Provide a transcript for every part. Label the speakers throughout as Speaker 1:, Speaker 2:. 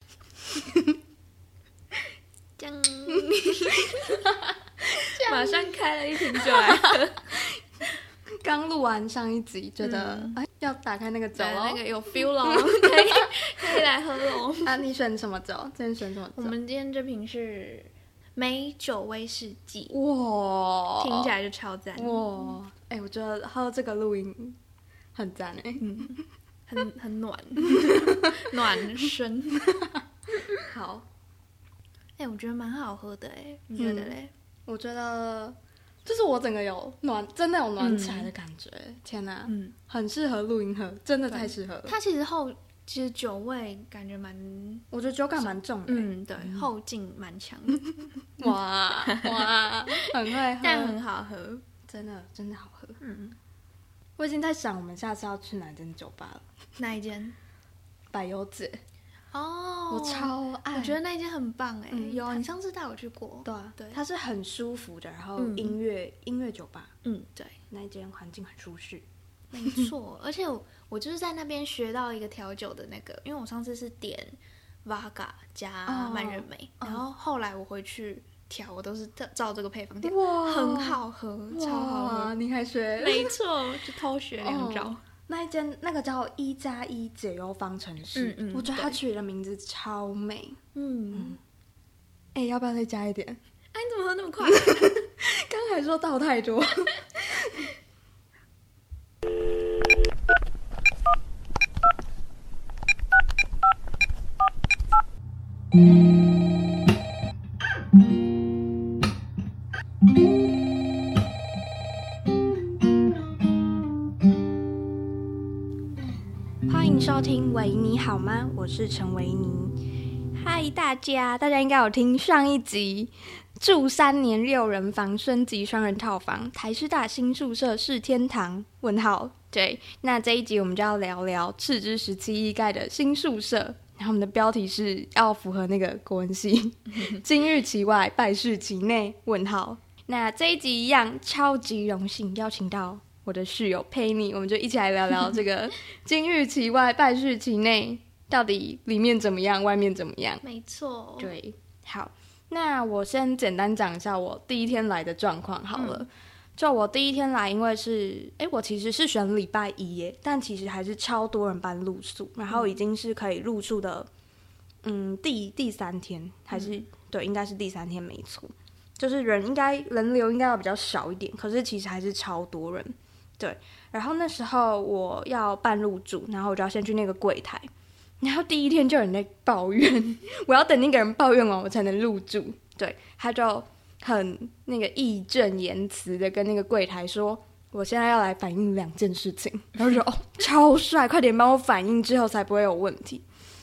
Speaker 1: 马上开了一瓶酒 来喝，
Speaker 2: 刚录完上一集，觉得哎、要打开那个哦酒
Speaker 1: 嗯对，
Speaker 2: 了
Speaker 1: 那。个有 feel 咯， 可以可以来喝 喽。
Speaker 2: 啊，你选什么酒？今天选什么
Speaker 1: 我
Speaker 2: 酒？
Speaker 1: 们今天这瓶是美酒威士忌，
Speaker 2: 哇，
Speaker 1: 听起来就超赞，
Speaker 2: 哇，哎、我觉得喝这个录音很赞哎、
Speaker 1: 很很 暖，暖身。
Speaker 2: 好，
Speaker 1: 哎、我觉得蛮好喝的哎，你觉得嘞？
Speaker 2: 我觉得就是我整个有暖，真的有暖起来的感觉。天哪、
Speaker 1: 嗯，
Speaker 2: 很适合录音喝，真的太适合了。
Speaker 1: 它其实后其实酒味感觉蛮，
Speaker 2: 我觉得酒感蛮重的、欸
Speaker 1: 嗯，对，后劲蛮强的，
Speaker 2: 哇哇，很会
Speaker 1: 但
Speaker 2: 喝，
Speaker 1: 很好喝。
Speaker 2: 真的真的好喝。
Speaker 1: 嗯，
Speaker 2: 我已经在想我们下次要去哪间酒吧了。
Speaker 1: 那一间？
Speaker 2: 百优姐，
Speaker 1: 哦，
Speaker 2: 我，超爱，
Speaker 1: 我觉得那一间很棒哎，
Speaker 2: 嗯
Speaker 1: 有你上次带我去过。
Speaker 2: 对啊，
Speaker 1: 对
Speaker 2: 它是很舒服的，然后
Speaker 1: 嗯
Speaker 2: 音乐、音乐酒吧
Speaker 1: 嗯，对。
Speaker 2: 那一间环境很舒适。
Speaker 1: 没错，而且我我就是在那边学到一个调酒的那个，因为我上次是点 Vaga 加
Speaker 2: 哦
Speaker 1: 蔓越莓，
Speaker 2: 嗯
Speaker 1: 然后后来我回去调，我都是照照这个配方点，
Speaker 2: 哇
Speaker 1: 很，好喝，超好
Speaker 2: 哇，
Speaker 1: 喝。
Speaker 2: 你还学
Speaker 1: 没错，就偷学两招。
Speaker 2: 那一间那个叫一加一解忧方程式，
Speaker 1: 嗯嗯
Speaker 2: 我觉得它取的名字超美。
Speaker 1: 嗯，
Speaker 2: 哎、要不要再加一点？
Speaker 1: 哎、你怎么喝那 么快？
Speaker 2: 刚才说倒太多。欢迎收听维尼好吗？我是陈维尼。嗨，大家，大家应该有听上一集住三年六人房升级双人套房，台师大新宿舍是天堂。问号对，那这一集我们就要聊聊赤之十七一盖的新宿舍，然后我们的标题是要符合那个国文系，今日其外，败事其内。问号。那这一集一样，超级荣幸邀请到我的室友佩妮，我们就一起来聊聊这个 今日其外，败事其内，到底里面怎么样，外面怎么样。
Speaker 1: 没错，
Speaker 2: 对，好，那我先简单讲一下我第一天来的状况好了。就我第一天来，因为是，哎，我其实是选礼拜一耶，但其实还是超多人办露宿，然后已经是可以入住的，嗯，第第三天还是、对，应该是第三天没错，就是人应该人流应该要比较少一点，可是其实还是超多人，对。然后那时候我要办入住，然后我就要先去那个柜台，然后第一天就有人在抱怨， 我要等那个人抱怨完，我才能入住。对，他就很那个义正言辞的跟那个柜台说：“我现在要来反映两件事情。” 然后说：“哦，超帅，快点帮我反映，之后才不会有问题。”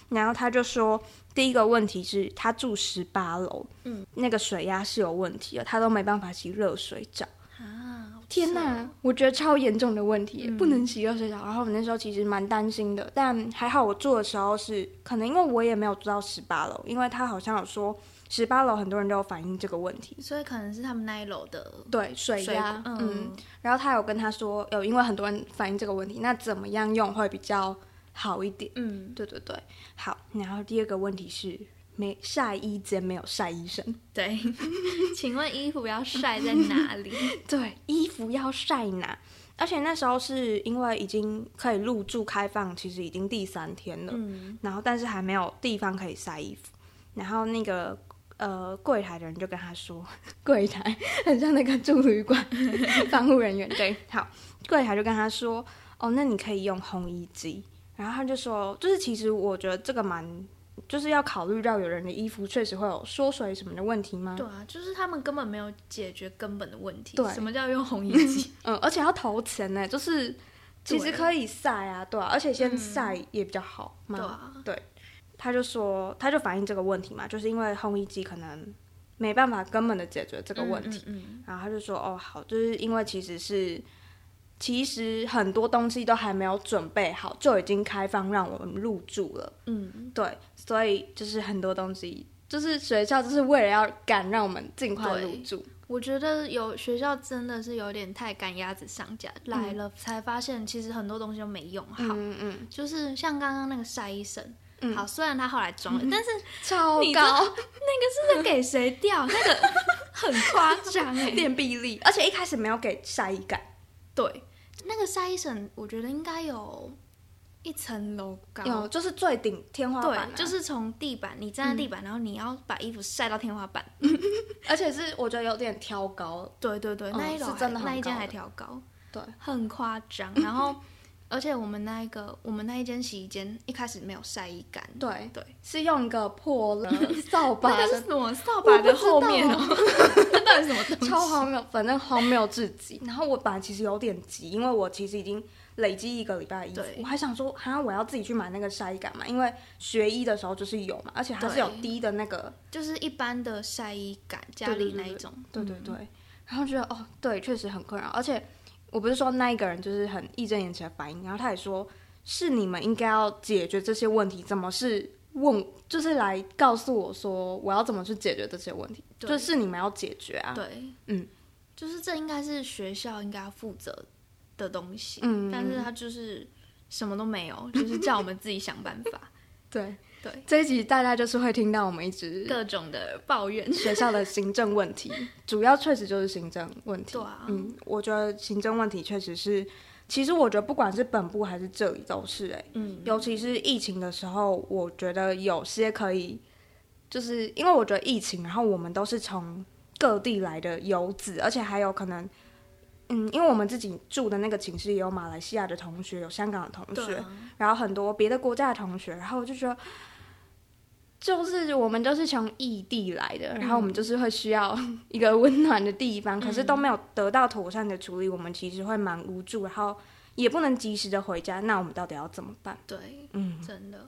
Speaker 2: 然后他就说：“第一个问题是他住十八楼，
Speaker 1: 嗯，
Speaker 2: 那个水压是有问题的，他都没办法洗热水澡。”
Speaker 1: 啊，好
Speaker 2: 天
Speaker 1: 色
Speaker 2: 嗯呐，我觉得超严重的问题，不能洗热水澡。然后我那时候其实蛮担心的，但还好我住的时候是可能因为我也没有住到十八楼，因为他好像有说十八楼很多人都有反映这个问题。
Speaker 1: 所以可能是他们那一楼的
Speaker 2: 对水压，嗯
Speaker 1: 嗯，
Speaker 2: 然后他有跟他说，有因为很多人反映这个问题，那怎么样用会比较好一点？
Speaker 1: 嗯，
Speaker 2: 对对对，好。然后第二个问题是，没晒衣间没有晒衣绳，
Speaker 1: 对。 请问衣服要晒在哪里？
Speaker 2: 对，衣服要晒哪？而且那时候是因为已经可以入住开放，其实已经第三天了，
Speaker 1: 嗯，
Speaker 2: 然后但是还没有地方可以晒衣服。然后那个呃柜台的人就跟他说， 柜台很像那个住旅馆 防护人员，对，好，柜台就跟他说，哦，那你可以用烘衣机。然后他就说，就是其实我觉得这个蛮，就是要考虑到有人的衣服确实会有缩水什么的问题吗？
Speaker 1: 对啊，就是他们根本没有解决根本的问题。
Speaker 2: 对
Speaker 1: 什么叫用 红衣机？
Speaker 2: 嗯，而且要投钱呢，就是其实
Speaker 1: 对
Speaker 2: 可以晒啊，对啊，而且先
Speaker 1: 嗯
Speaker 2: 晒也比较好嘛。
Speaker 1: 对啊，
Speaker 2: 他就说，他就反映这个问题嘛，就是因为烘衣机可能没办法根本的解决这个问题，
Speaker 1: 嗯，嗯
Speaker 2: 然后他就说，哦，好，就是因为其实是。其实很多东西都还没有准备好，就已经开放让我们入住了。
Speaker 1: 嗯嗯
Speaker 2: 对，所以就是很多东西，就是学校就是为了要赶让我们尽快入
Speaker 1: 对
Speaker 2: 住。
Speaker 1: 我觉得有学校真的是有点太赶鸭子上架，来了才发现其实很多东西都没用好。
Speaker 2: 嗯嗯，
Speaker 1: 就是像刚刚那个晒衣绳，
Speaker 2: 嗯
Speaker 1: 嗯好，虽然他后来装了，但是
Speaker 2: 超
Speaker 1: 你知
Speaker 2: 高
Speaker 1: 道，那个是在给谁掉？那个很夸 张哎。
Speaker 2: 练臂力，而且一开始没有给晒衣感，
Speaker 1: 对，那个沙衣绳，我觉得应该有一层楼高，
Speaker 2: 有就是最顶天花板啊、
Speaker 1: 对，就是从地板，你站在地板，然后你要把衣服晒到天花板。
Speaker 2: 而且是我觉得有点挑高，
Speaker 1: 对对对，
Speaker 2: 嗯
Speaker 1: 那一楼
Speaker 2: 是
Speaker 1: 还
Speaker 2: 真的很
Speaker 1: 那一间
Speaker 2: 高
Speaker 1: 还
Speaker 2: 的
Speaker 1: 调高，
Speaker 2: 对，
Speaker 1: 很夸 张。然后，而且我们那一个，我们那一间洗衣间一开始没有晒衣杆，
Speaker 2: 对
Speaker 1: 对，
Speaker 2: 是用一个破 了扫把
Speaker 1: 那个
Speaker 2: 的
Speaker 1: 是什么扫把的后面哦
Speaker 2: 我？
Speaker 1: 那到底什么东 西？
Speaker 2: 超荒谬，反正荒谬至极。然后我本来其实有点急，因为我其实已经累积一个礼拜的衣服
Speaker 1: 对，
Speaker 2: 我还想说，哈，我要自己去买那个晒衣杆嘛，因为学医的时候就是有嘛，而且它是有
Speaker 1: 对
Speaker 2: 低的那个，
Speaker 1: 就是一般的晒衣杆，家
Speaker 2: 对对
Speaker 1: 里
Speaker 2: 对
Speaker 1: 那
Speaker 2: 对
Speaker 1: 一种。
Speaker 2: 对对
Speaker 1: 嗯
Speaker 2: 对。然后觉得哦，对，确实很困扰。而且我不是说那一个人就是很义正言辞的反应，然后他也说是你们应该要解决这些问题，怎么是问就是来告诉我说我要怎么去解决这些问题，
Speaker 1: 嗯对
Speaker 2: 就是你们要解决啊。
Speaker 1: 对，
Speaker 2: 嗯，
Speaker 1: 就是这应该是学校应该要负责的东西，
Speaker 2: 嗯
Speaker 1: 但是他就是什么都没有，就是叫我们自己想办法，
Speaker 2: 对
Speaker 1: 对，
Speaker 2: 这一集大家就是会听到我们一直
Speaker 1: 各种的抱怨。
Speaker 2: 学校的行政问题，主要确实就是行政问题。
Speaker 1: 对啊
Speaker 2: 嗯，我觉得行政问题确实是，其实我觉得不管是本部还是这里都是、欸，
Speaker 1: 嗯，
Speaker 2: 尤其是疫情的时候，我觉得有些可以，就是因为我觉得疫情，然后我们都是从各地来的游子，而且还有可能，嗯，因为我们自己住的那个寝室也有马来西亚的同学，有香港的同
Speaker 1: 对
Speaker 2: 学，
Speaker 1: 啊，
Speaker 2: 然后很多别的国家的同学，然后我就觉得，就是我们都是从异地来的，然后我
Speaker 1: 嗯
Speaker 2: 们就是会需要 一个温暖的地方，可是都没有得到妥善的处理，我们其实会蛮无助，然后也不能及时的回家，那我们到底要怎么办？
Speaker 1: 对，
Speaker 2: 嗯，
Speaker 1: 真的。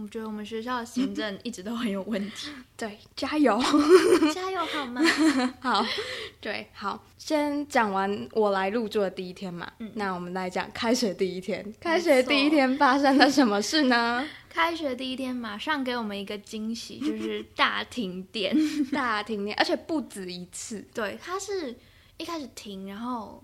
Speaker 1: 我觉得我们学校的行政一直都很有问 题，
Speaker 2: 对，加油，
Speaker 1: 加油好吗？
Speaker 2: 好，对，好，先讲完我来入住的第一天嘛，
Speaker 1: 嗯
Speaker 2: 那我们来讲开学第一天，开学第一天发生了什么事呢？
Speaker 1: 开学第一天马上给我们一个惊喜，就是大停 电。
Speaker 2: 大停电，而且不止一次，
Speaker 1: 对，它是一开始停，然后，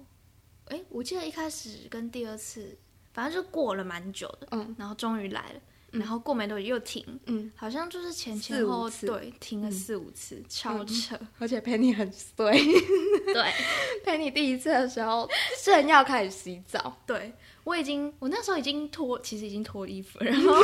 Speaker 1: 哎，我记得一开始跟第二次，反正就过了蛮久的，
Speaker 2: 嗯，
Speaker 1: 然后终于来了，
Speaker 2: 嗯
Speaker 1: 然后过没多久又停，
Speaker 2: 嗯，
Speaker 1: 好像就是前
Speaker 2: 四
Speaker 1: 前
Speaker 2: 五
Speaker 1: 后
Speaker 2: 次
Speaker 1: 对停了
Speaker 2: 嗯
Speaker 1: 四五次，超
Speaker 2: 嗯
Speaker 1: 扯，
Speaker 2: 而且 Penny 很衰。
Speaker 1: 对
Speaker 2: 陪你第一次的时 候，正要开始洗 澡，
Speaker 1: 对，我已经我那时候已经脱，其实已经脱衣服了，然 后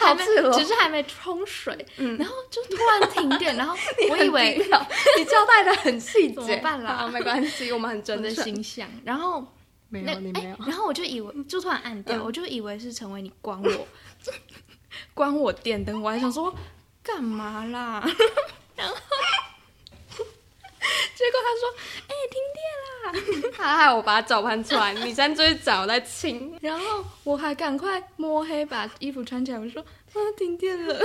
Speaker 2: 好
Speaker 1: 还没
Speaker 2: 赤裸
Speaker 1: 只是还没冲水，
Speaker 2: 嗯
Speaker 1: 然后就突然停电， 然后我以为
Speaker 2: 很低 调你交代的很细节，
Speaker 1: 怎么办啦
Speaker 2: 好没关系，我们很
Speaker 1: 我
Speaker 2: 真
Speaker 1: 的
Speaker 2: 诚。
Speaker 1: 形象，然后。
Speaker 2: 没
Speaker 1: 那
Speaker 2: 有，你
Speaker 1: 哎
Speaker 2: 没 有，
Speaker 1: 然后我就以为就突然按掉，
Speaker 2: 嗯
Speaker 1: 我就以为是成为你关 我关我电灯，我还想说干嘛啦？然 后结果他说：“哎、停电啦
Speaker 2: 他害我把早盘穿，你现在就是找在 亲！”，
Speaker 1: 然后我还赶快摸黑把衣服穿起来，我就说：“啊，停电 了！”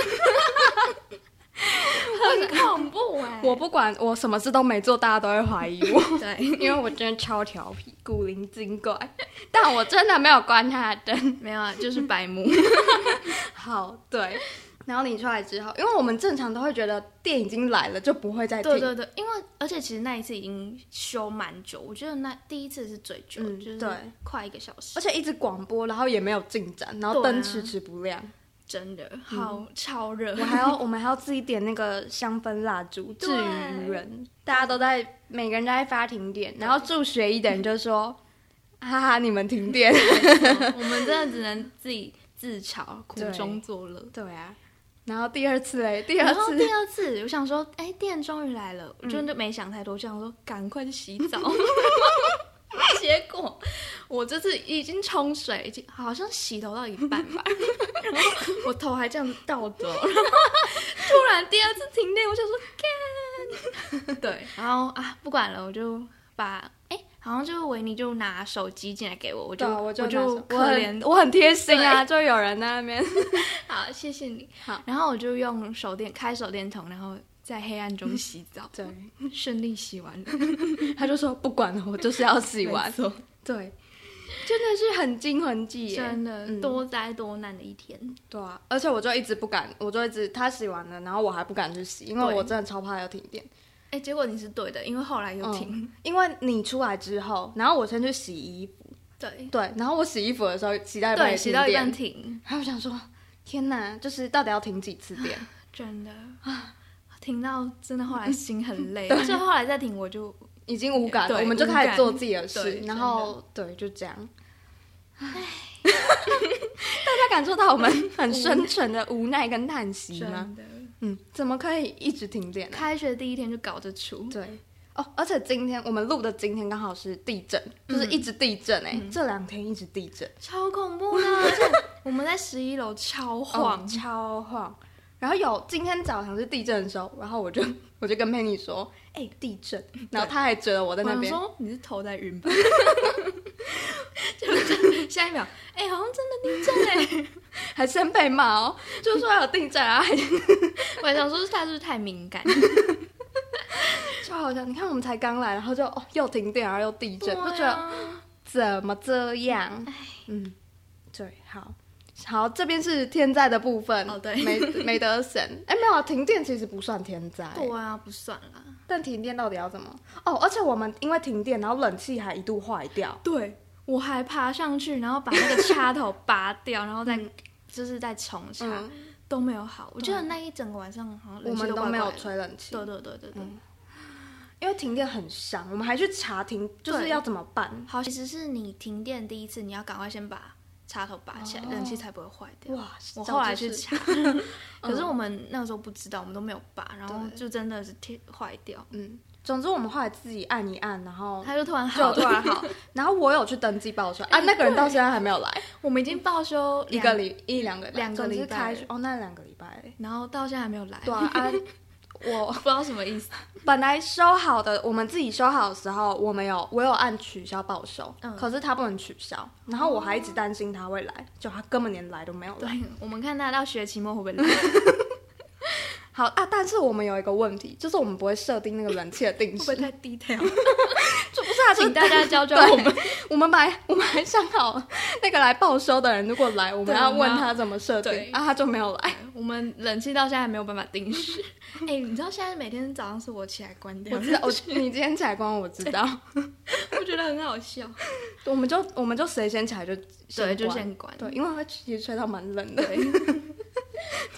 Speaker 1: 很恐怖哎、
Speaker 2: 我不管，我什么事都没做，大家都会怀疑我，
Speaker 1: 对
Speaker 2: 因为我真的超调皮，古灵精怪， 但我真的没有关他的灯。
Speaker 1: 没有啊，就是白目。
Speaker 2: 好，对。然后你出来之后，因为我们正常都会觉得电已经来了，就不会再停。
Speaker 1: 对对对，因为而且其实那一次已经修蛮久，我觉得那第一次是最久，
Speaker 2: 嗯
Speaker 1: 就是
Speaker 2: 对
Speaker 1: 快一个小时
Speaker 2: 而。且一直广播，然后也没有进展，然后
Speaker 1: 对啊
Speaker 2: 灯迟迟不亮。
Speaker 1: 真的好、超热
Speaker 2: 我，还要，我们还要自己点那个香氛蜡烛，
Speaker 1: 对
Speaker 2: 至于人，大家都在，每个人都在发停电，然后住学医的人就说：“哈哈，你们停 电。
Speaker 1: 我们真的只能自己自嘲，苦中作乐”。
Speaker 2: 对啊， 然后第二次嘞，第二
Speaker 1: 然后
Speaker 2: 次嗯
Speaker 1: 第二次，我想说，哎、电终于来了，我真的没想太多，就想说赶快去洗 澡。结果我这次已经冲水，已经好像洗头到一半 吧，然后我头还这样倒着，然后突然第二次停电，我想说 干，对，然后啊不管了，我就把哎、好像就是维尼就拿手机进来给我，我就
Speaker 2: 对啊，我就
Speaker 1: 我
Speaker 2: 拿
Speaker 1: 就
Speaker 2: 手我
Speaker 1: 可怜
Speaker 2: 很我很贴心啊，就有人在那边
Speaker 1: 好，谢谢你。
Speaker 2: 好，
Speaker 1: 然后我就用手电开手电筒，然后在黑暗中洗澡，
Speaker 2: 对，
Speaker 1: 顺利洗完 了。
Speaker 2: 他就说不管了，我就是要洗完
Speaker 1: 没。错
Speaker 2: 对，真的是很惊魂记耶，
Speaker 1: 真的、
Speaker 2: 嗯
Speaker 1: 多灾多难的一天。
Speaker 2: 对啊，而且我就一直不敢，我就一直他洗完了，然后我还不敢去洗，因为
Speaker 1: 对
Speaker 2: 我真的超怕要停电。
Speaker 1: 哎，结果你是对的，因为后来又停。
Speaker 2: 因为你出来之后，然后我先去洗衣服，
Speaker 1: 对
Speaker 2: 对，然后我洗衣服的时候洗到一半
Speaker 1: 对，
Speaker 2: 也
Speaker 1: 洗
Speaker 2: 停
Speaker 1: 到一
Speaker 2: 电
Speaker 1: 半，停，
Speaker 2: 然后我想说，天哪，就是到底要停几次电？
Speaker 1: 真的停啊到真的后来心很 累，就后来再停我就
Speaker 2: 已经无感了，
Speaker 1: 对
Speaker 2: 我们就开始做自己的
Speaker 1: 无
Speaker 2: 事
Speaker 1: 感，对
Speaker 2: 然后对，就这样。 大家感受到我们很深沉的无奈跟叹息
Speaker 1: 真
Speaker 2: 吗？
Speaker 1: 的
Speaker 2: 嗯，怎么可以一直停电呢、
Speaker 1: 开学第一天就搞这出，
Speaker 2: 对哦，而且今天我们录的今天刚好是地震，
Speaker 1: 嗯
Speaker 2: 就是一直地震哎、这两天一直地震，
Speaker 1: 超恐怖的，而且我们在十一楼 超
Speaker 2: 晃
Speaker 1: 晃，
Speaker 2: 哦超晃。然后有今天早上是地震的时候，然后我就 我就跟佩妮说：“哎、地震！”然后他还觉得我在
Speaker 1: 我
Speaker 2: 那
Speaker 1: 想
Speaker 2: 边，
Speaker 1: 说你是头在晕吧？就是下一秒，哎、好像真的地震哎、
Speaker 2: 还先被骂哦，就说有地震啊，还
Speaker 1: 我还想说他是不是太敏 感？
Speaker 2: 超好笑！你看我们才刚来，然后就哦又停电，然后又地震，就觉
Speaker 1: 对
Speaker 2: 得
Speaker 1: 啊
Speaker 2: 怎么这样？嗯，对，好。好，这边是天灾的部分，
Speaker 1: 哦对
Speaker 2: 没没得省。 哎，没有啊，停电其实不算天灾，
Speaker 1: 对啊，不算啦。
Speaker 2: 但停电到底要怎么？哦，而且我们因为停电，然后冷气还一度坏掉，
Speaker 1: 对，我还爬上去，然后把那个插头拔掉，然后再、就是再重插，
Speaker 2: 嗯，
Speaker 1: 都没有好。我记得那一整个晚上好像
Speaker 2: 我
Speaker 1: 冷气
Speaker 2: 们
Speaker 1: 都
Speaker 2: 都
Speaker 1: 怪
Speaker 2: 没有
Speaker 1: 怪的。
Speaker 2: 吹冷气，
Speaker 1: 对对对对对，
Speaker 2: 因为停电很伤，我们还去查停，就是
Speaker 1: 对
Speaker 2: 要怎么办？
Speaker 1: 好，其实是你停电第一次，你要赶快先把插头拔起来，
Speaker 2: 哦
Speaker 1: 冷气才不会坏掉。
Speaker 2: 哇，
Speaker 1: 我
Speaker 2: 早
Speaker 1: 后来
Speaker 2: 就
Speaker 1: 去
Speaker 2: 是 嗯
Speaker 1: 查，可是我们那个时候不知道，我们都没有拔，然后
Speaker 2: 对
Speaker 1: 就真的是贴坏掉，
Speaker 2: 嗯，总之我们后来自己按一按，然后
Speaker 1: 它就突然好
Speaker 2: 就
Speaker 1: 了。
Speaker 2: 突然好，然后我有去登记报销
Speaker 1: 哎
Speaker 2: 啊，那个人到现在还没有来，
Speaker 1: 我们已经报修
Speaker 2: 一
Speaker 1: 两
Speaker 2: 个，礼一两个礼拜
Speaker 1: 两个礼拜
Speaker 2: 总之开学哦，那两个礼拜欸，
Speaker 1: 然后到现在还没有来，
Speaker 2: 对啊， 啊我
Speaker 1: 不知道什么意 思。
Speaker 2: 本来收好的，我们自己收好的时候，我们有我有按取消报收，
Speaker 1: 嗯哦
Speaker 2: 可是他不能取消，然后我还一直担心他会来，就他根本连来都没有
Speaker 1: 对
Speaker 2: 来。，
Speaker 1: 我们看他到学期末会不会 来。
Speaker 2: 好啊，但是我们有一个问题，就是我们不会设定那个冷气的 定
Speaker 1: 会不
Speaker 2: 时
Speaker 1: 会，太 detail？
Speaker 2: 就不是啊，
Speaker 1: 请
Speaker 2: 就
Speaker 1: 大家教教
Speaker 2: 对
Speaker 1: 我们。
Speaker 2: 我们买我们还上好那个来报收的人，如果来，我们
Speaker 1: 对
Speaker 2: 要
Speaker 1: 我们
Speaker 2: 问
Speaker 1: 要
Speaker 2: 他怎么设
Speaker 1: 对
Speaker 2: 定啊，他就没有来。
Speaker 1: 我们冷气到现在还没有办法定时。哎、你知道现在每天早上是我起来关掉
Speaker 2: 我
Speaker 1: 的，
Speaker 2: 知道，我你今天起来光我知道，
Speaker 1: 我觉得很好笑。
Speaker 2: 我们就我们就谁先起来就
Speaker 1: 对，就
Speaker 2: 关
Speaker 1: 先关。
Speaker 2: 对，因为会其实吹到蛮冷的。
Speaker 1: 对，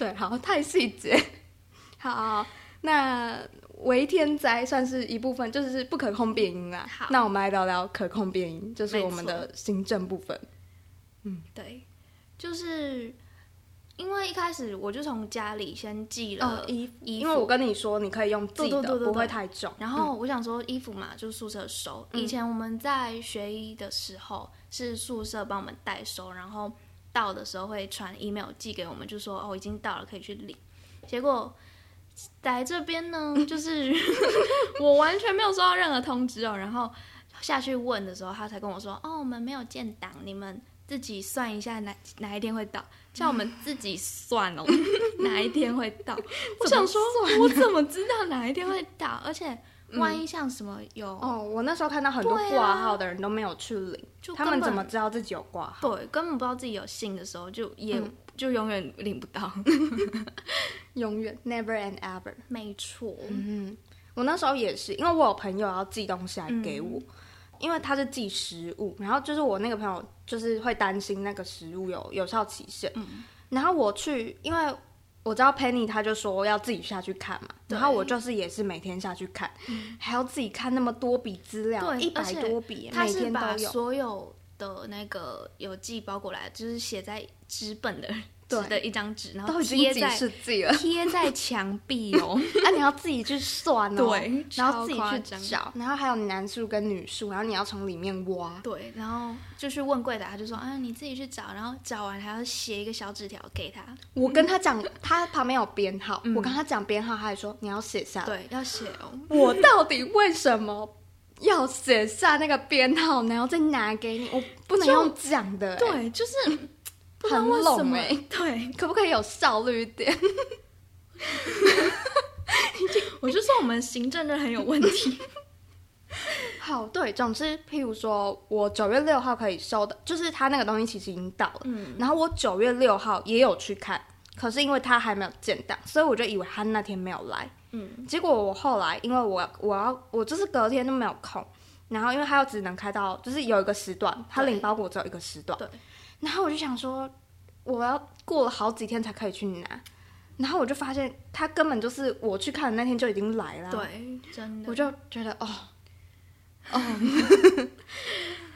Speaker 2: 对，好，太细节。好， 那为天灾算是一部分，就是不可控变因啦。
Speaker 1: 好
Speaker 2: 那我们来聊聊可控变因，就是
Speaker 1: 没
Speaker 2: 我们的行政部分。
Speaker 1: 对，就是因为一开始我就从家里先寄了
Speaker 2: 哦衣
Speaker 1: 服，
Speaker 2: 因为我跟你说，你可以用寄
Speaker 1: 对对
Speaker 2: 的，
Speaker 1: 对对
Speaker 2: 不会
Speaker 1: 对
Speaker 2: 太重。
Speaker 1: 然后我想说衣服嘛，就宿舍收。以前我们在学医的时候是宿舍帮我们代收，然后到的时候会传 email 寄给我们，就说哦已经到了，可以去领。结果来这边呢，就是 我完全没有收到任何通知哦。然后下去问的时候，他才跟我说哦我们没有建档，你们自己算一下哪哪一天会到，叫我们自己算哦哪一天会到。我想说，我怎么知道哪一天会到？而且万一像什么有，
Speaker 2: 哦，我那时候看到很多
Speaker 1: 对啊
Speaker 2: 挂号的人都没有去领，
Speaker 1: 就
Speaker 2: 他
Speaker 1: 根
Speaker 2: 们
Speaker 1: 本
Speaker 2: 怎么知道自己有挂号？
Speaker 1: 对，根本不知道自己有信的时候，就也、
Speaker 2: 嗯
Speaker 1: 就永远领不到。
Speaker 2: 永远 never and ever。
Speaker 1: 没错，
Speaker 2: 嗯，我那时候也是，因为我有朋友要寄东西来给我，因为他是寄食物，然后就是我那个朋友就是会担心那个食物有有效期限，然后我去，因为我知道 Penny 他就说要自己下去看嘛，
Speaker 1: 对
Speaker 2: 然后我就是也是每天下去看，还要自己看那么多笔资料，
Speaker 1: 对
Speaker 2: 一百
Speaker 1: 而且
Speaker 2: 多笔，
Speaker 1: 他
Speaker 2: 每
Speaker 1: 是
Speaker 2: 天都
Speaker 1: 把
Speaker 2: 有。
Speaker 1: 所有的那个邮寄包裹来，就是写在纸本的
Speaker 2: 对
Speaker 1: 纸的一张纸，然
Speaker 2: 都
Speaker 1: 后
Speaker 2: 已经
Speaker 1: 贴
Speaker 2: 几
Speaker 1: 在
Speaker 2: 十季 了，
Speaker 1: 贴在墙壁哦。
Speaker 2: 啊，你要自己去算哦，
Speaker 1: 对
Speaker 2: 然后自己
Speaker 1: 超夸
Speaker 2: 去
Speaker 1: 张
Speaker 2: 找，然后还有男数跟女数，然后你要从里面挖，
Speaker 1: 对，然后就去问柜台，他就说啊你自己去找，然后找完还要写一个小纸条给他，
Speaker 2: 我跟他讲，他旁边有编号，我跟他讲编号，他还说你要写下来。
Speaker 1: 对，要写哦。
Speaker 2: 我到底为什么要写下那个编号，然后再拿给你？我不能
Speaker 1: 就
Speaker 2: 用讲的、欸，，
Speaker 1: 对，就是不知道
Speaker 2: 很
Speaker 1: 为
Speaker 2: 冷
Speaker 1: 什么
Speaker 2: 欸
Speaker 1: 对，
Speaker 2: 可不可以有效率一点？
Speaker 1: 我就说我们行政真的很有问题。
Speaker 2: 好，对，总之，譬如说我九月六号可以收的，就是他那个东西其实已经到了，
Speaker 1: 嗯
Speaker 2: 然后我九月六号也有去看，可是因为他还没有建档，所以我就以为他那天没有来，
Speaker 1: 嗯，
Speaker 2: 结果我后来因为我我要我就是隔天都没有空，然后因为它又只能开到就是有一个时段，它领包裹只有一个时段，
Speaker 1: 对，
Speaker 2: 然后我就想说我要过了好几天才可以去拿，然后我就发现他根本就是我去看的那天就已经来了，，啊
Speaker 1: 对，真的，
Speaker 2: 我就觉得哦哦，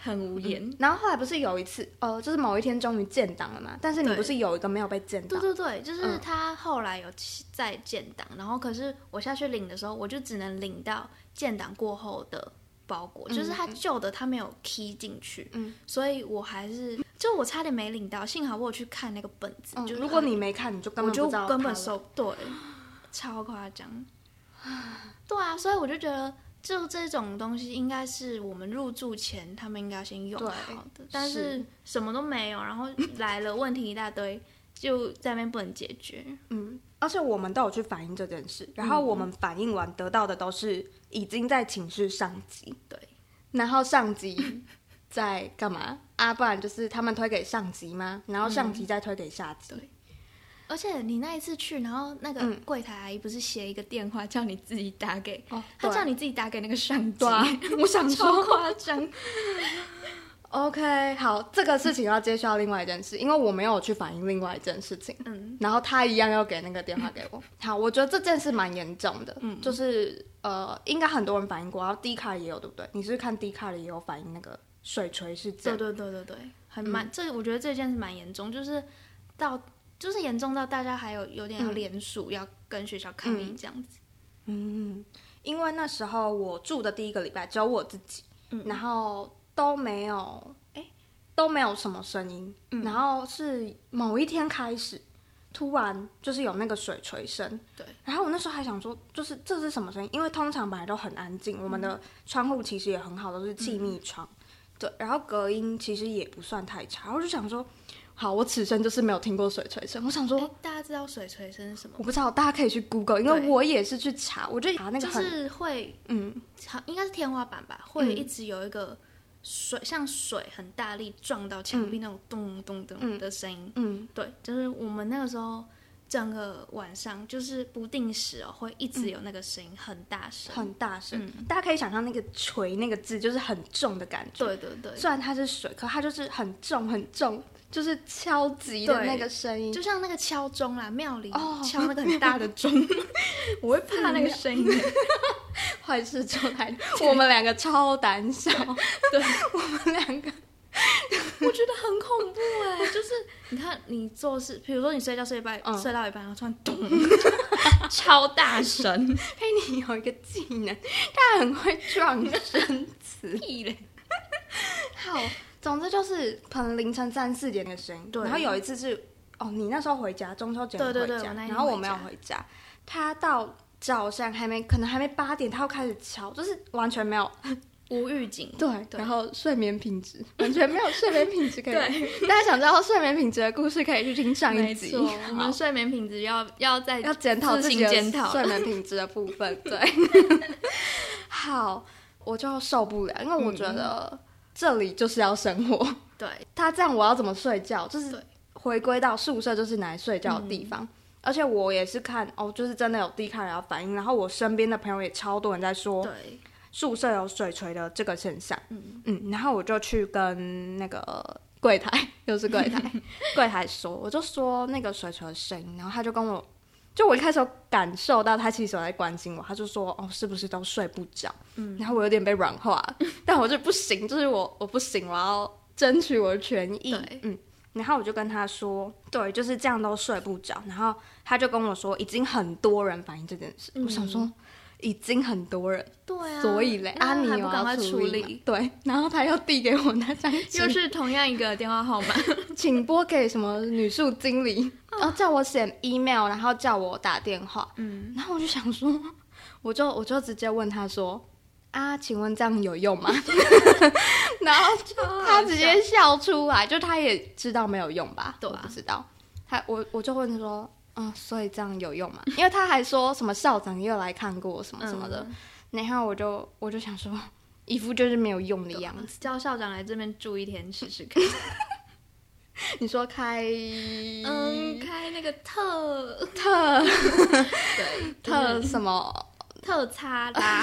Speaker 1: 很无言。
Speaker 2: 然后后来不是有一次，呃，就是某一天终于建档了嘛，但是你
Speaker 1: 对
Speaker 2: 不是有一个没有被建
Speaker 1: 对对
Speaker 2: 档，
Speaker 1: 对，就
Speaker 2: 嗯
Speaker 1: 是他后来有起再建档，然后可是我下去领的时候，我就只能领到建档过后的包裹，就是他旧的他没有 key 进去，
Speaker 2: 嗯
Speaker 1: 所以我还是就我差点没领到，幸好我有去看那个本子，
Speaker 2: 嗯
Speaker 1: 就是
Speaker 2: 如果
Speaker 1: 很
Speaker 2: 你没看，你就根
Speaker 1: 我
Speaker 2: 本
Speaker 1: 就
Speaker 2: 不知道
Speaker 1: 根
Speaker 2: 它
Speaker 1: 本
Speaker 2: 了
Speaker 1: 收对，超夸张， 对啊，所以我就觉得。就这种东西应该是我们入住前他们应该先用
Speaker 2: 对
Speaker 1: 好的，但
Speaker 2: 是
Speaker 1: 是什么都没有，然后来了问题一大堆，就在那边不能解决。
Speaker 2: 嗯，而且我们都有去反映这件事，然后我们反映完得到的都是已经在请示上级，
Speaker 1: 对，
Speaker 2: 然后上级在干 嘛啊？不然就是他们推给上级吗？然后上级再推给下级，
Speaker 1: 对而且你那一次去，然后那个
Speaker 2: 嗯
Speaker 1: 柜台阿姨不是写一个电话叫你自己打给，
Speaker 2: 哦，
Speaker 1: 她
Speaker 2: 对
Speaker 1: 叫你自己打给那个上级，
Speaker 2: 对啊
Speaker 1: 我想 超夸张。
Speaker 2: 哦 OK，好，这个事情要接续到另外一件事，因为我没有去反映另外一件事情，
Speaker 1: 嗯，
Speaker 2: 然后他一样要给那个电话给我。 嗯好，我觉得这件事蛮严重的，就是呃，应该很多人反映过，然后 D 卡也有，对不对？你是不是看 D 卡里也有反映那个水锤事
Speaker 1: 对
Speaker 2: 件？
Speaker 1: 对对对对，很
Speaker 2: 嗯
Speaker 1: 蛮、这我觉得这件事蛮严重，就是到就是严重到大家还有有点要
Speaker 2: 嗯
Speaker 1: 联署、要跟学校抗议这样子。
Speaker 2: 嗯，因为那时候我住的第一个礼拜只有我自己，
Speaker 1: 嗯
Speaker 2: 然后都没有，哎，都没有什么声音。
Speaker 1: 嗯
Speaker 2: 然后是某一天开始，突然就是有那个水锤声。
Speaker 1: 对，
Speaker 2: 然后我那时候还想说，就是这是什么声音？因为通常本来都很安静，我们
Speaker 1: 嗯
Speaker 2: 的窗户其实也很好，都是气密窗。对，然后隔音其实也不算太差，我就想说，好，我此生就是没有听过水锤声。我想说，
Speaker 1: 哎，大家知道水锤声是什么
Speaker 2: 我
Speaker 1: 吗？
Speaker 2: 不知道，大家可以去 Google，因为
Speaker 1: 对
Speaker 2: 我也是去查，我就查那个
Speaker 1: 就
Speaker 2: 很、
Speaker 1: 是会
Speaker 2: 嗯，
Speaker 1: 好，应该是天花板吧，会
Speaker 2: 嗯
Speaker 1: 一直有一个水、像水很大力撞到墙壁那种咚咚咚的声音。
Speaker 2: 嗯
Speaker 1: 对，就是我们那个时候整个晚上就是不定时哦，会一直有那个声音，很大声。
Speaker 2: 嗯很大声，
Speaker 1: 嗯
Speaker 2: 大家可以想象那个“锤”那个字就是很重的感觉。
Speaker 1: 对对对，
Speaker 2: 虽然它是水，可它就是很重很重，就是敲击的
Speaker 1: 对
Speaker 2: 那个声音。
Speaker 1: 就像那个敲钟啦，庙里
Speaker 2: 哦
Speaker 1: 敲那个很大的钟，我会怕那个声音。
Speaker 2: 坏事就来，我们两个超胆小，
Speaker 1: 对，
Speaker 2: 我们两个
Speaker 1: 我觉得很恐怖哎、就是你看你做事，比如说你睡觉睡一半，
Speaker 2: 嗯
Speaker 1: 睡到一半，然后突然 咚，超大声，
Speaker 2: 佩妮有一个技能，她很会撞生词。
Speaker 1: 屁嘞！
Speaker 2: 好，总之就是可能凌晨三四点的声音。
Speaker 1: 对
Speaker 2: 然后有一次是，哦，你那时候回家，中秋节你回家，
Speaker 1: 对对对我那天
Speaker 2: 然后我
Speaker 1: 回
Speaker 2: 没
Speaker 1: 家
Speaker 2: 有回家，他到早上还没，可能还没八点，他又开始敲，就是完全没有
Speaker 1: 无预警，
Speaker 2: 对，
Speaker 1: 对
Speaker 2: 然后睡眠品质完全没有睡眠品质可以。大家想知道睡眠品质的故事，可以去听上一
Speaker 1: 没
Speaker 2: 集。
Speaker 1: 错，我们
Speaker 2: 好
Speaker 1: 睡眠品质要要再
Speaker 2: 要检讨
Speaker 1: 自
Speaker 2: 自
Speaker 1: 行
Speaker 2: 己的
Speaker 1: 检讨
Speaker 2: 睡眠品质的部分。 对，好，我就受不了，因为
Speaker 1: 嗯
Speaker 2: 我觉得这里就是要生活。
Speaker 1: 对，
Speaker 2: 他这样我要怎么睡觉？就是
Speaker 1: 对嗯
Speaker 2: 回归到宿舍就是拿来睡觉的地方。而且我也是看哦，就是真的有低卡然后反应，然后我身边的朋友也超多人在说
Speaker 1: 对，
Speaker 2: 宿舍有水锤的这个现象。
Speaker 1: 嗯
Speaker 2: 嗯，然后我就去跟那个柜台，又是柜 台，柜台说，我就说那个水球的声音，然后他就跟我，就我一开始有感受到他其实有在关心我，他就说哦，是不是都睡不着？
Speaker 1: 嗯
Speaker 2: 然后我有点被软化 了，但我就不行，就是我我不行，我要争取我的权益
Speaker 1: 对，
Speaker 2: 嗯。然后我就跟他说，对，就是这样都睡不着。然后他就跟我说，已经很多人反映这件事。
Speaker 1: 嗯
Speaker 2: 我想说，已经很多人，
Speaker 1: 对啊，
Speaker 2: 所以嘞，
Speaker 1: 那
Speaker 2: 安妮
Speaker 1: 还不
Speaker 2: 有
Speaker 1: 赶
Speaker 2: 要
Speaker 1: 快
Speaker 2: 处
Speaker 1: 处
Speaker 2: 理嘛，对，然后他又递给我那张纸，
Speaker 1: 又是同样一个电话号码，
Speaker 2: 请拨给什么女宿经理，然
Speaker 1: 啊
Speaker 2: 后叫我写 email，然后叫我打电话，
Speaker 1: 嗯，
Speaker 2: 然后我就想说，我就我就直接问他说。啊，请问这样有用吗？然后
Speaker 1: 嗯
Speaker 2: 他直接笑出来，就他也知道没有用吧？
Speaker 1: 对啊
Speaker 2: 我不知道。他我我就问他说，嗯，所以这样有用吗？ 因为他还说什么校长又来看过什么什么的，
Speaker 1: 嗯
Speaker 2: 然后我就我就想说，一副就是没有用的样子。
Speaker 1: 叫校长来这边住一天试试看，
Speaker 2: 你说开
Speaker 1: 嗯，开那个特
Speaker 2: 特
Speaker 1: 对
Speaker 2: 特什么
Speaker 1: 特擦 啦，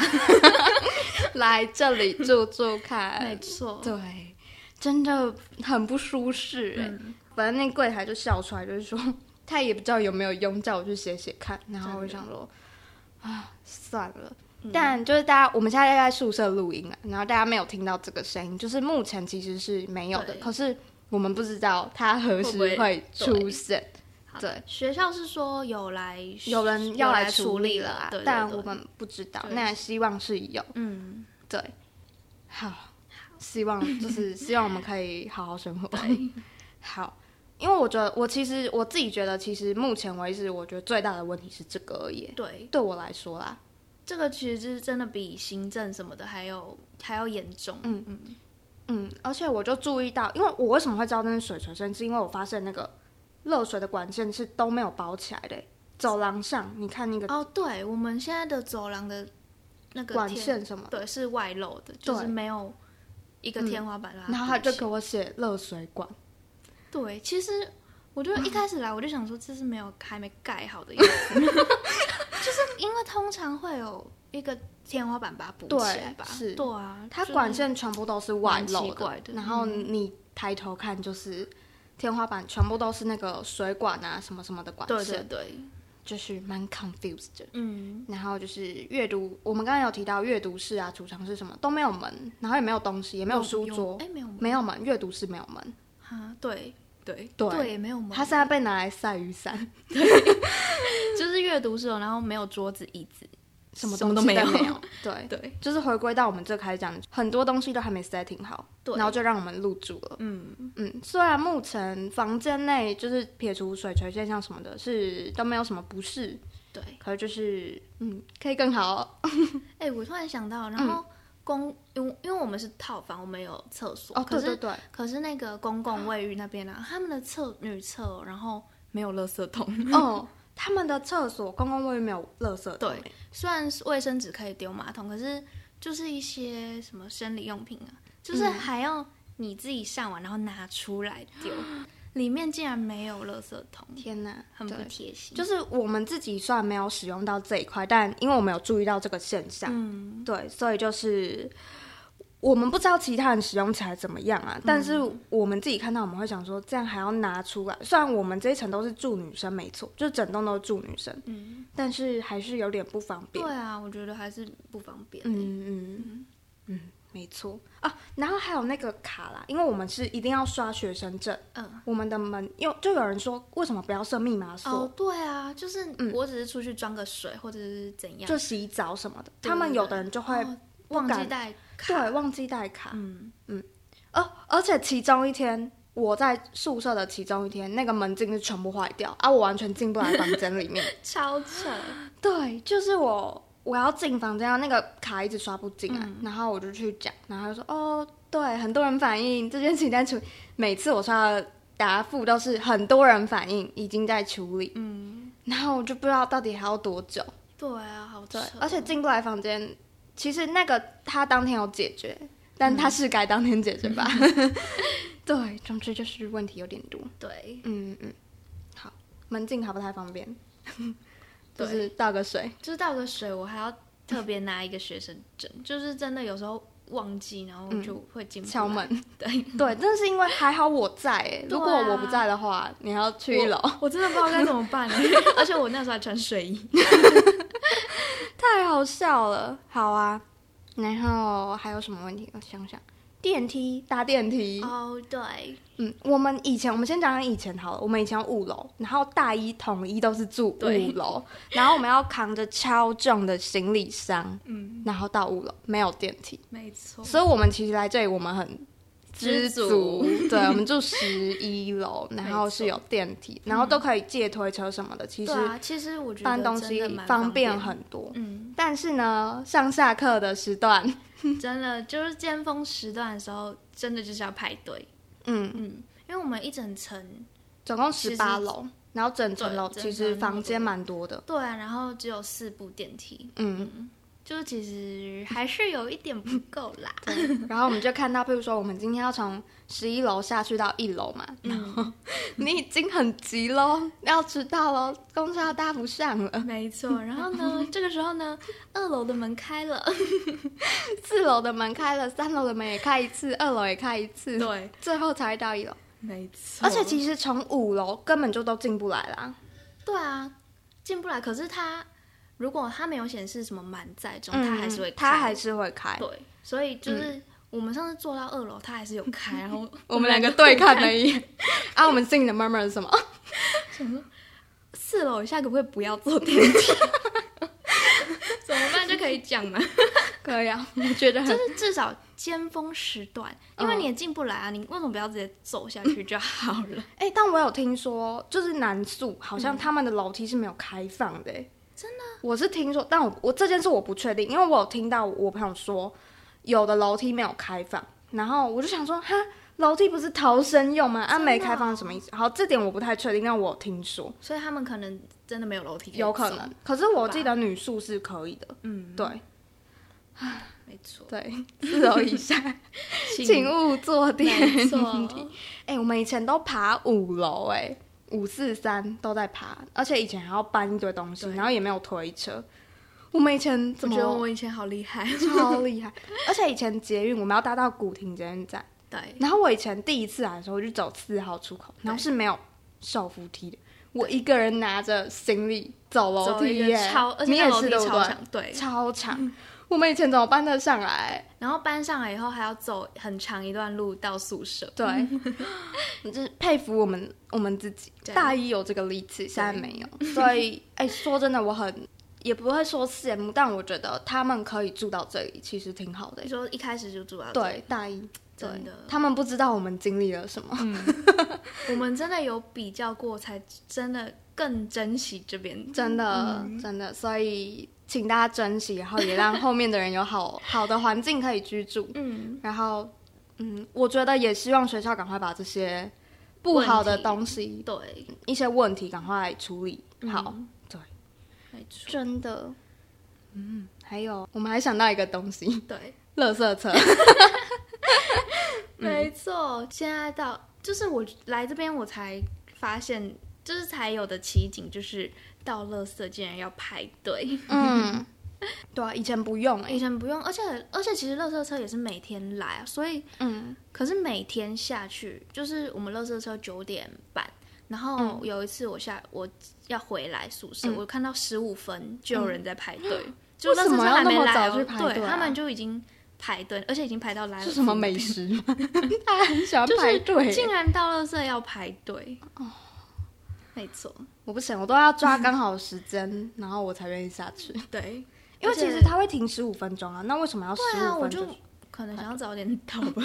Speaker 2: 来这里住住
Speaker 1: 没
Speaker 2: 看？
Speaker 1: 错，
Speaker 2: 对，真的很不舒适哎、
Speaker 1: 嗯
Speaker 2: 反正那柜台就笑出来，就是说 他也不知道有没有用，叫我去写写看。然后我就
Speaker 1: 真的
Speaker 2: 想说，啊，算了。
Speaker 1: 嗯
Speaker 2: 但就是大家，我们现在在宿舍录音啊，然后大家没有听到这个声音，就是目前其实是没有的。
Speaker 1: 对
Speaker 2: 可是我们不知道它何时
Speaker 1: 会不
Speaker 2: 会
Speaker 1: 会
Speaker 2: 出现，
Speaker 1: 好
Speaker 2: 对
Speaker 1: 学校是说有来
Speaker 2: 有人要
Speaker 1: 有
Speaker 2: 来
Speaker 1: 来
Speaker 2: 处理了
Speaker 1: 了
Speaker 2: 啊
Speaker 1: 对对
Speaker 2: 但
Speaker 1: 对
Speaker 2: 我们不知道。
Speaker 1: 对
Speaker 2: 那希望是有，
Speaker 1: 嗯，
Speaker 2: 对，好，希望就是希望我们可以好好生活。 好，因为我觉得我其实我自己觉得，其实目前为止，我觉得最大的问题是这个而已。
Speaker 1: 对，
Speaker 2: 对我来说啦，
Speaker 1: 这个其实是真的比行政什么的还有还要严重。
Speaker 2: 嗯
Speaker 1: 嗯，
Speaker 2: 嗯，而且我就注意到，因为我为什么会知道那是水锤声，是因为我发现那个热水的管线是都没有包起来的欸。走廊上，你看那个
Speaker 1: 哦，对，我们现在的走廊的那个
Speaker 2: 管
Speaker 1: 天
Speaker 2: 线什么，
Speaker 1: 对，是外露的，就是
Speaker 2: 对
Speaker 1: 没有一个
Speaker 2: 嗯
Speaker 1: 啊天花板把它
Speaker 2: 然后他就
Speaker 1: 堵起
Speaker 2: 给
Speaker 1: 来
Speaker 2: 我写热水管，
Speaker 1: 对，其实我就一开始来我就想说这是没有还没盖好的意思， 就是因为通常会有一个天花板把它补
Speaker 2: 对
Speaker 1: 起来吧？
Speaker 2: 是
Speaker 1: 对啊，
Speaker 2: 它
Speaker 1: 就是
Speaker 2: 管线全部都是外
Speaker 1: 蛮
Speaker 2: 露
Speaker 1: 奇怪的
Speaker 2: 然后
Speaker 1: 嗯
Speaker 2: 你抬头看就是天花板全部都是那个水管啊什么什么的管
Speaker 1: 对
Speaker 2: 线，
Speaker 1: 对对，
Speaker 2: 就是蛮 confused 的。
Speaker 1: 嗯，
Speaker 2: 然后就是阅读，我们刚刚有提到阅读室啊、储藏室什么都没有门，然后也没有东西，也没有书桌，
Speaker 1: 哎，没有门
Speaker 2: 没有门，阅读室没有门，
Speaker 1: 啊，对对
Speaker 2: 对
Speaker 1: 对，没有门，
Speaker 2: 它现在被拿来晒雨伞，
Speaker 1: 就是阅读室有，然后没有桌子椅子，
Speaker 2: 什么
Speaker 1: 什么
Speaker 2: 东
Speaker 1: 都
Speaker 2: 西
Speaker 1: 没有
Speaker 2: 都没有，对。
Speaker 1: 对，
Speaker 2: 就是回归到我们最开始讲的，很多东西都还没 setting 好，
Speaker 1: 对
Speaker 2: 然后就让我们入住了。
Speaker 1: 嗯，
Speaker 2: 嗯，虽然目前房间内就是撇除水锤现象什么的，是都没有什么不适，
Speaker 1: 对，
Speaker 2: 可是就是嗯，可以更好
Speaker 1: 哎、我突然想到，
Speaker 2: 嗯
Speaker 1: 然后公，因为因为我们是套房，我们有厕所，
Speaker 2: 哦。
Speaker 1: 可
Speaker 2: 对
Speaker 1: 是
Speaker 2: 对对，
Speaker 1: 可是那个公共卫浴那边啊，他们的厕女厕，哦然后没有垃圾桶。
Speaker 2: 哦，他们的厕所公共卫浴没有垃圾桶欸
Speaker 1: 对，虽然是卫生纸可以丢马桶，可是就是一些什么生理用品啊，就是
Speaker 2: 嗯
Speaker 1: 还要你自己上完然后拿出来 丢，里面竟然没有垃圾桶，
Speaker 2: 天哪，
Speaker 1: 很不
Speaker 2: 对
Speaker 1: 贴心。
Speaker 2: 就是我们自己虽然没有使用到这一块，但因为我们有注意到这个现象，
Speaker 1: 嗯，
Speaker 2: 对，所以就是我们不知道其他人使用起来怎么样啊，但是我们自己看到，我们会想说，这样还要拿出来。虽然我们这一层都是住女生，没错，就整栋都是住女生，
Speaker 1: 嗯
Speaker 2: 但是还是有点不方便
Speaker 1: 对。啊，我觉得还是不方便。
Speaker 2: 嗯嗯嗯，没错啊。然后还有那个卡啦，因为我们是一定要刷学生证，
Speaker 1: 嗯，
Speaker 2: 我们的门又就有人说，为什么不要设密码锁？
Speaker 1: 哦，对啊，就是
Speaker 2: 嗯
Speaker 1: 我只是出去装个水或者是怎样，
Speaker 2: 就洗澡什么的，
Speaker 1: 对
Speaker 2: 他们
Speaker 1: 对
Speaker 2: 有
Speaker 1: 对
Speaker 2: 的人就会
Speaker 1: 哦
Speaker 2: 不
Speaker 1: 忘记
Speaker 2: 敢
Speaker 1: 带卡。
Speaker 2: 对忘记带卡，
Speaker 1: 嗯，
Speaker 2: 而而且其中一天，我在宿舍的其中一天，那个门禁是全部坏掉啊，我完全进不来房间里面。
Speaker 1: 超扯。
Speaker 2: 对，就是我我要进房间，那个卡一直刷不进来，然后我就去讲，然后他就说哦，对，很多人反映这件事情在处理，每次我刷的答复都是很多人反映已经在处理，
Speaker 1: 嗯，
Speaker 2: 然后我就不知道到底还要多久。
Speaker 1: 对啊，好扯
Speaker 2: 对
Speaker 1: 哦。，
Speaker 2: 而且进不来房间，其实那个他当天有解决，但他是该当天解决吧？对，总之就是问题有点多。
Speaker 1: 对，
Speaker 2: 嗯嗯，好，门禁还不太方便， 就
Speaker 1: 对
Speaker 2: 是倒个水。
Speaker 1: 就是倒个水，我还要特别拿一个学生证，就是真的有时候忘记，然后就会进不来
Speaker 2: 敲门。
Speaker 1: 对，
Speaker 2: 对，但是因为还好我在、欸，如果
Speaker 1: 对啊
Speaker 2: 我不在的话，你还要去一楼，
Speaker 1: 我真的不知道该怎么办了，而且我那时候还穿睡衣。
Speaker 2: 太好笑了。好啊，然后还有什么问题？我想想，电梯搭电梯。
Speaker 1: 哦，对，
Speaker 2: 嗯，我们以前，我们先讲讲以前好了。我们以前五楼，然后大一统一都是住
Speaker 1: 对
Speaker 2: 五楼， 然后我们要扛着超重的行李箱，
Speaker 1: 嗯，
Speaker 2: 然后到五楼没有电梯，
Speaker 1: 没错。
Speaker 2: 所以我们其实来这里我们很
Speaker 1: 知
Speaker 2: 知
Speaker 1: 足
Speaker 2: 足，对，我们住十一楼，然后
Speaker 1: 没错
Speaker 2: 是有电梯，然后都可以借推车什么的，其实
Speaker 1: 对啊，其实我觉得
Speaker 2: 搬东
Speaker 1: 真
Speaker 2: 西
Speaker 1: 的蛮
Speaker 2: 方
Speaker 1: 便
Speaker 2: 便。很多。
Speaker 1: 嗯，
Speaker 2: 但是呢，上下课的时段，
Speaker 1: 真的就是尖峰时段的时候，真的就是要排队。
Speaker 2: 嗯，
Speaker 1: 嗯，因为我们一整层，
Speaker 2: 总共
Speaker 1: 其
Speaker 2: 十
Speaker 1: 实
Speaker 2: 八楼，然后整层
Speaker 1: 对
Speaker 2: 楼
Speaker 1: 整
Speaker 2: 其实
Speaker 1: 层那么
Speaker 2: 房间
Speaker 1: 多
Speaker 2: 蛮多的，
Speaker 1: 对啊，然后只有四部电梯，
Speaker 2: 嗯。
Speaker 1: 就其实还是有一点不够 啦。
Speaker 2: 嗯然后我们就看到，譬如说，我们今天要从十一楼下去到一楼 嘛，
Speaker 1: 嗯，
Speaker 2: 你已经很急喽，要迟到喽，公车要搭不上了。
Speaker 1: 没 错。然后呢，这个时候呢，二楼的门开了，
Speaker 2: 四楼的门开了，三楼的门也开一次，二楼也开一次，
Speaker 1: 对，
Speaker 2: 最后才会到一楼。
Speaker 1: 没错。
Speaker 2: 而且其实从五楼根本就都进不来啦。
Speaker 1: 对啊，进不来。可是它如果它没有显示什么满载中，它嗯还是会开，
Speaker 2: 它嗯还是会开。嗯
Speaker 1: 对，所以就是我们上次坐到二楼，它还是有开， 然后
Speaker 2: 我们两个对看了一眼，啊，我们心里的 murmur 是什么？
Speaker 1: 四楼以下可不可以不要坐电 梯？怎么办就可以讲了，
Speaker 2: 可以啊，我觉得
Speaker 1: 就
Speaker 2: 很
Speaker 1: 是至少尖峰时段，因为你
Speaker 2: 嗯
Speaker 1: 也进不来啊，你为什么不要直接走下去就好 了？
Speaker 2: 哎、但我有听说，就是南宿好像他们的楼梯是没有开放的、
Speaker 1: 真
Speaker 2: 嗯的？我是听说，但我我这件事我不确定，因为我有听到我朋友说，有的楼梯没有开放，然后我就想说，哈，楼梯不是逃生用吗？啊，
Speaker 1: 真的
Speaker 2: 没开放是什么意思？好，这点我不太确定，但我有听说，
Speaker 1: 所以他们可能真的没有楼梯，
Speaker 2: 有可能，。可是哦我记得女宿是可以的，
Speaker 1: 嗯，
Speaker 2: 对
Speaker 1: 没 错，
Speaker 2: 对，四楼 以 下，请勿坐电
Speaker 1: 没
Speaker 2: 梯。
Speaker 1: 错，
Speaker 2: 哎、我们以前都爬五楼、哎，五四三都在爬，而且以前还要搬一堆东西，
Speaker 1: 对
Speaker 2: 然后也没有推车。我们以前
Speaker 1: 我
Speaker 2: 怎
Speaker 1: 觉
Speaker 2: 么
Speaker 1: 得我以前好厉 害。
Speaker 2: 超厉害？而且以前捷运我们要搭到古亭捷运站，
Speaker 1: 对，
Speaker 2: 然后我以前第一次来的时候，我就走四号出口，然后是没有手扶梯的，我一个人拿着行李走楼
Speaker 1: 走一
Speaker 2: 梯、
Speaker 1: 个
Speaker 2: 耶，
Speaker 1: 超，而且
Speaker 2: 你也
Speaker 1: 那楼
Speaker 2: 是
Speaker 1: 梯
Speaker 2: 对不
Speaker 1: 超
Speaker 2: 对？
Speaker 1: 长，对，
Speaker 2: 超长，我们以前怎么搬得上来？
Speaker 1: 然后搬上来以后还要走很长一段路到宿舍，
Speaker 2: 对，我就是佩服我们我们自己。
Speaker 1: 对
Speaker 2: 大一有这个力气，现在没有， 所以哎、说真的，我很也不会说羡慕，但我觉得他们可以住到这里，其实挺好的
Speaker 1: 你。说一开始就住到这里，
Speaker 2: 对，大一，对
Speaker 1: 真的，
Speaker 2: 他们不知道我们经历了什么。
Speaker 1: 我们真的有比较过，才真的更珍惜这边。
Speaker 2: 真的、真的，所以请大家珍惜，然后也让后面的人有好 好的环境可以居住。
Speaker 1: 嗯，
Speaker 2: 然后，嗯，我觉得也希望学校赶快把这些不好的
Speaker 1: 问题
Speaker 2: 东西、
Speaker 1: 对，嗯
Speaker 2: 一些问题赶快处理好。对，
Speaker 1: 没错，
Speaker 2: 真的。嗯，还有，我们还想到一个东西，
Speaker 1: 对，
Speaker 2: 垃圾车。
Speaker 1: 没错。现在到就是我来这边，我才发现，就是才有的奇景，就是到垃圾竟然要排队，
Speaker 2: 嗯， 对啊，以前不用哎、
Speaker 1: 嗯以前不用，而且而且其实垃圾车也是每天来啊，所以
Speaker 2: 嗯，
Speaker 1: 可是每天下去，就是我们垃圾车九点半，然后有一次我下我要回来宿舍，我看到十五分就有人在排队，就
Speaker 2: 为
Speaker 1: 垃圾
Speaker 2: 什
Speaker 1: 车
Speaker 2: 么要
Speaker 1: 还没
Speaker 2: 那么
Speaker 1: 来、哦，
Speaker 2: 早去排队
Speaker 1: 对，
Speaker 2: 啊
Speaker 1: 他们就已经排队，而且已经排到来了。
Speaker 2: 是什么美？食 吗？大家很喜欢
Speaker 1: 就是
Speaker 2: 排队、
Speaker 1: 竟然到垃圾要排队哦，没错，
Speaker 2: 我不行，我都要抓刚好时间，然后我才愿意下去。
Speaker 1: 对，嗯
Speaker 2: 因为
Speaker 1: 而且
Speaker 2: 其实他会停十五分钟啊，那为什么要十
Speaker 1: 对啊，
Speaker 2: 五
Speaker 1: 我
Speaker 2: 分钟
Speaker 1: 就？可能想要早点到 吧，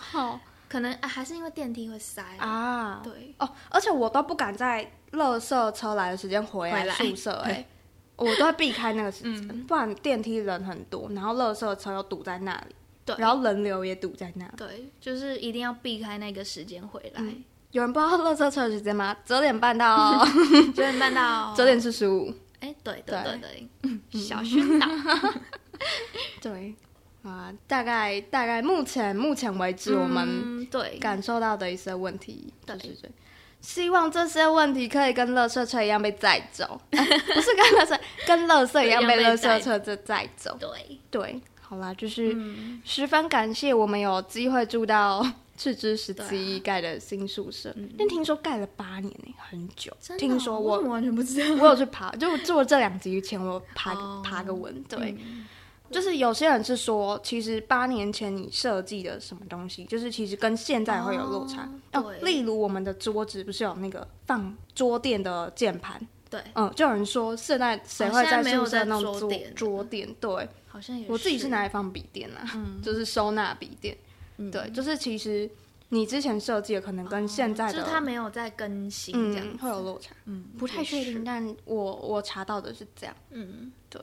Speaker 2: 好
Speaker 1: 可能、啊、还是因为电梯会塞啊，
Speaker 2: 啊，
Speaker 1: 对，
Speaker 2: 哦，而且我都不敢在垃圾车来的时间回
Speaker 1: 回
Speaker 2: 来
Speaker 1: 来
Speaker 2: 宿舍、欸，
Speaker 1: 对嗯
Speaker 2: 我都会避开那个时间，不然电梯人很多，然后垃圾车又堵在那里，
Speaker 1: 对
Speaker 2: 然后人流也堵在那里。
Speaker 1: 对，就是一定要避开那个时间回来，
Speaker 2: 有人不知道垃圾车的时间吗？九点半 到
Speaker 1: 九点半 到
Speaker 2: 九点四十五。
Speaker 1: 哎，对对
Speaker 2: 对
Speaker 1: 对对，嗯小 宣导，
Speaker 2: 对，啊，大概大概目前目前为止我们、
Speaker 1: 嗯对
Speaker 2: 感受到的一些问题，就
Speaker 1: 对
Speaker 2: 是这。希望这些问题可以跟垃圾车一样被载 走，哎不是跟垃圾，跟垃圾一样被垃圾车这载走。
Speaker 1: 对，嗯
Speaker 2: 对，好啦，就是十分感谢我们有机会住到赤之十七盖的新宿舍，但听说盖了八年呢，很久。
Speaker 1: 啊真的哦
Speaker 2: 听说
Speaker 1: 我
Speaker 2: 我 嗯
Speaker 1: 怎么完全不知道，
Speaker 2: 我有去爬，就做这两集前我爬个、
Speaker 1: 哦
Speaker 2: 爬个文，对。就是有些人是说，其实八年前你设计的什么东西，就是其实跟现在会有落差。
Speaker 1: 哦对
Speaker 2: 例如我们的桌子不是有那个放桌垫的键盘，
Speaker 1: 对，
Speaker 2: 嗯，就有人说现在谁会
Speaker 1: 哦现在没有
Speaker 2: 宿舍
Speaker 1: 在
Speaker 2: 弄
Speaker 1: 桌
Speaker 2: 桌
Speaker 1: 垫
Speaker 2: 桌垫？对
Speaker 1: 好像也
Speaker 2: 我自己是拿来放笔垫啊，就是收纳笔垫。
Speaker 1: 嗯
Speaker 2: 对，就是其实你之前设计的可能跟现在
Speaker 1: 哦就
Speaker 2: 的、
Speaker 1: 是它没有在更新这样
Speaker 2: 嗯
Speaker 1: 子，
Speaker 2: 会有落差，
Speaker 1: 嗯
Speaker 2: 不太确，
Speaker 1: 也是
Speaker 2: 定，但我我查到的是这样。
Speaker 1: 嗯，
Speaker 2: 对，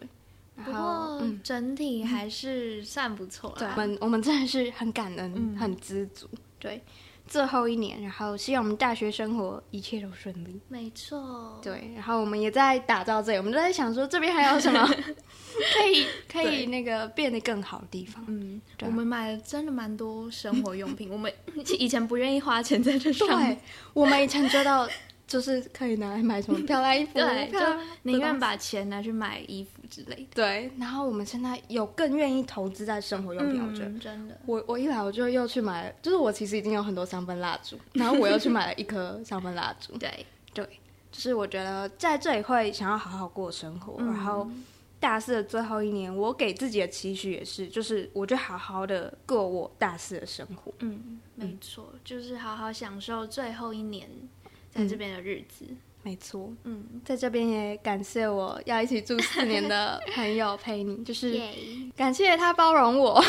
Speaker 1: 不
Speaker 2: 然后嗯
Speaker 1: 过整体还是算不错
Speaker 2: 对，我
Speaker 1: 啦，
Speaker 2: 们我们真的是很感恩，
Speaker 1: 嗯
Speaker 2: 很知足。对，最后一年，然后希望我们大学生活一切都顺利。
Speaker 1: 没错，
Speaker 2: 对，然后我们也在打造这里，我们都在想说这边还有什 么可以可
Speaker 1: 对
Speaker 2: 以那个变得更好的地方。
Speaker 1: 嗯，
Speaker 2: 对啊
Speaker 1: 我们买了真的蛮 多生活用品，我们以前不愿意花钱在这上
Speaker 2: 对
Speaker 1: 面，，
Speaker 2: 我们以前觉得就是可以拿来买什么漂亮衣服，
Speaker 1: 对，
Speaker 2: 漂亮
Speaker 1: 就宁
Speaker 2: 这东
Speaker 1: 愿
Speaker 2: 西
Speaker 1: 把钱拿去买衣服之类的。
Speaker 2: 对。然后我们现在有更愿意投资在生活用品，我觉得。
Speaker 1: 嗯，真的。
Speaker 2: 我我一来我就又去买了，就是我其实已经有很多香氛蜡烛，然后我又去买了一颗香氛蜡烛，
Speaker 1: 对，
Speaker 2: 就是我觉得在这里会想要好好过生活，
Speaker 1: 嗯
Speaker 2: 然后大四的最后一年，我给自己的期许也是，就是我就好好的过我大四的生活。
Speaker 1: 嗯，没错，就是好好享受最后一年在这边的日子。
Speaker 2: 没错，
Speaker 1: 嗯，
Speaker 2: 在这边也感谢我要一起住四 年的朋友佩妮，就是
Speaker 1: 耶，
Speaker 2: 感谢他包容我，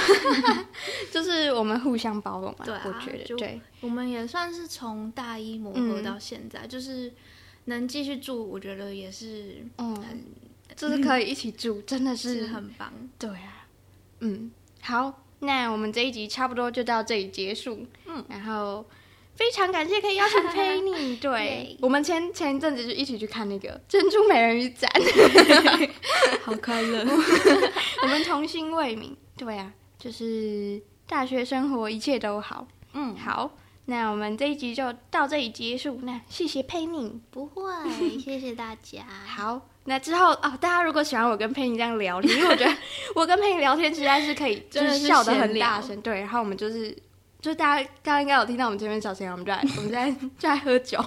Speaker 2: 就是我们互相包容嘛，
Speaker 1: 对啊
Speaker 2: 我觉得
Speaker 1: 就
Speaker 2: 对，
Speaker 1: 我们也算是从大一磨合到现在，就是能继续住，我觉得也是
Speaker 2: 嗯，就是可以一起住，真的
Speaker 1: 是
Speaker 2: 是
Speaker 1: 很棒。
Speaker 2: 对啊，嗯，好，那我们这一集差不多就到这里结束。嗯，然后非常感谢可以邀请佩 妮，对
Speaker 1: 耶
Speaker 2: 我们前前一阵子就一起去看那个《珍珠美人鱼展》，
Speaker 1: 好快乐。
Speaker 2: 我们童心未泯。对啊，就是大学生活一切都好。嗯，好，那我们这一集就到这里结束。那谢谢佩妮。
Speaker 1: 不会，谢谢大家。
Speaker 2: 好，那之后哦，大家如果喜欢我跟佩妮这样聊天，因为我 觉得我跟佩妮聊天实在是可以，就
Speaker 1: 真的是
Speaker 2: 笑得
Speaker 1: 闲
Speaker 2: 很
Speaker 1: 聊
Speaker 2: 大声，对，然后我们就是。就大家大家应该有听到我们前面小闲聊，我们 就在我们在就在喝酒，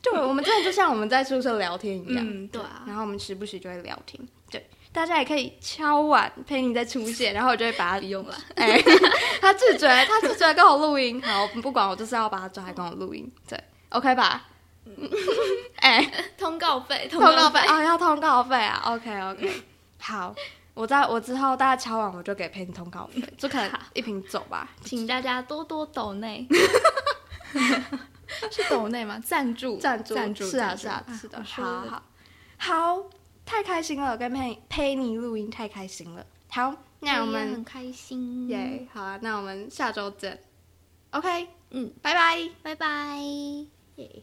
Speaker 2: 对，我们真的就像我们在宿舍聊天一样，
Speaker 1: 嗯对啊
Speaker 2: 然后我们时不时就会聊天，对，大家也可以敲碗佩妮再出 现，然后我就会把她用了，哎，她拒绝，她拒绝跟我录音，好，不管我就是要把她抓来跟我录音，对，OK 吧？哎，
Speaker 1: 通告费，通
Speaker 2: 通
Speaker 1: 告
Speaker 2: 告费 啊、哦，要通告费啊。OK OK，好，我在我之后大家敲完我就给佩妮通告费，就可能一瓶酒吧。
Speaker 1: 请大家多多抖 内。 是抖内吗？赞助，
Speaker 2: 赞助
Speaker 1: 赞助，
Speaker 2: 是啊
Speaker 1: 赞助
Speaker 2: 是啊是的，
Speaker 1: 我
Speaker 2: 好
Speaker 1: 说
Speaker 2: 好
Speaker 1: 的
Speaker 2: 好好，太开心了，跟佩佩妮录音太开心了。好，那我
Speaker 1: 也
Speaker 2: 们
Speaker 1: 很开心，
Speaker 2: 耶，好啊，那我们下周见。OK，
Speaker 1: 嗯，
Speaker 2: 拜拜。
Speaker 1: 拜拜，耶。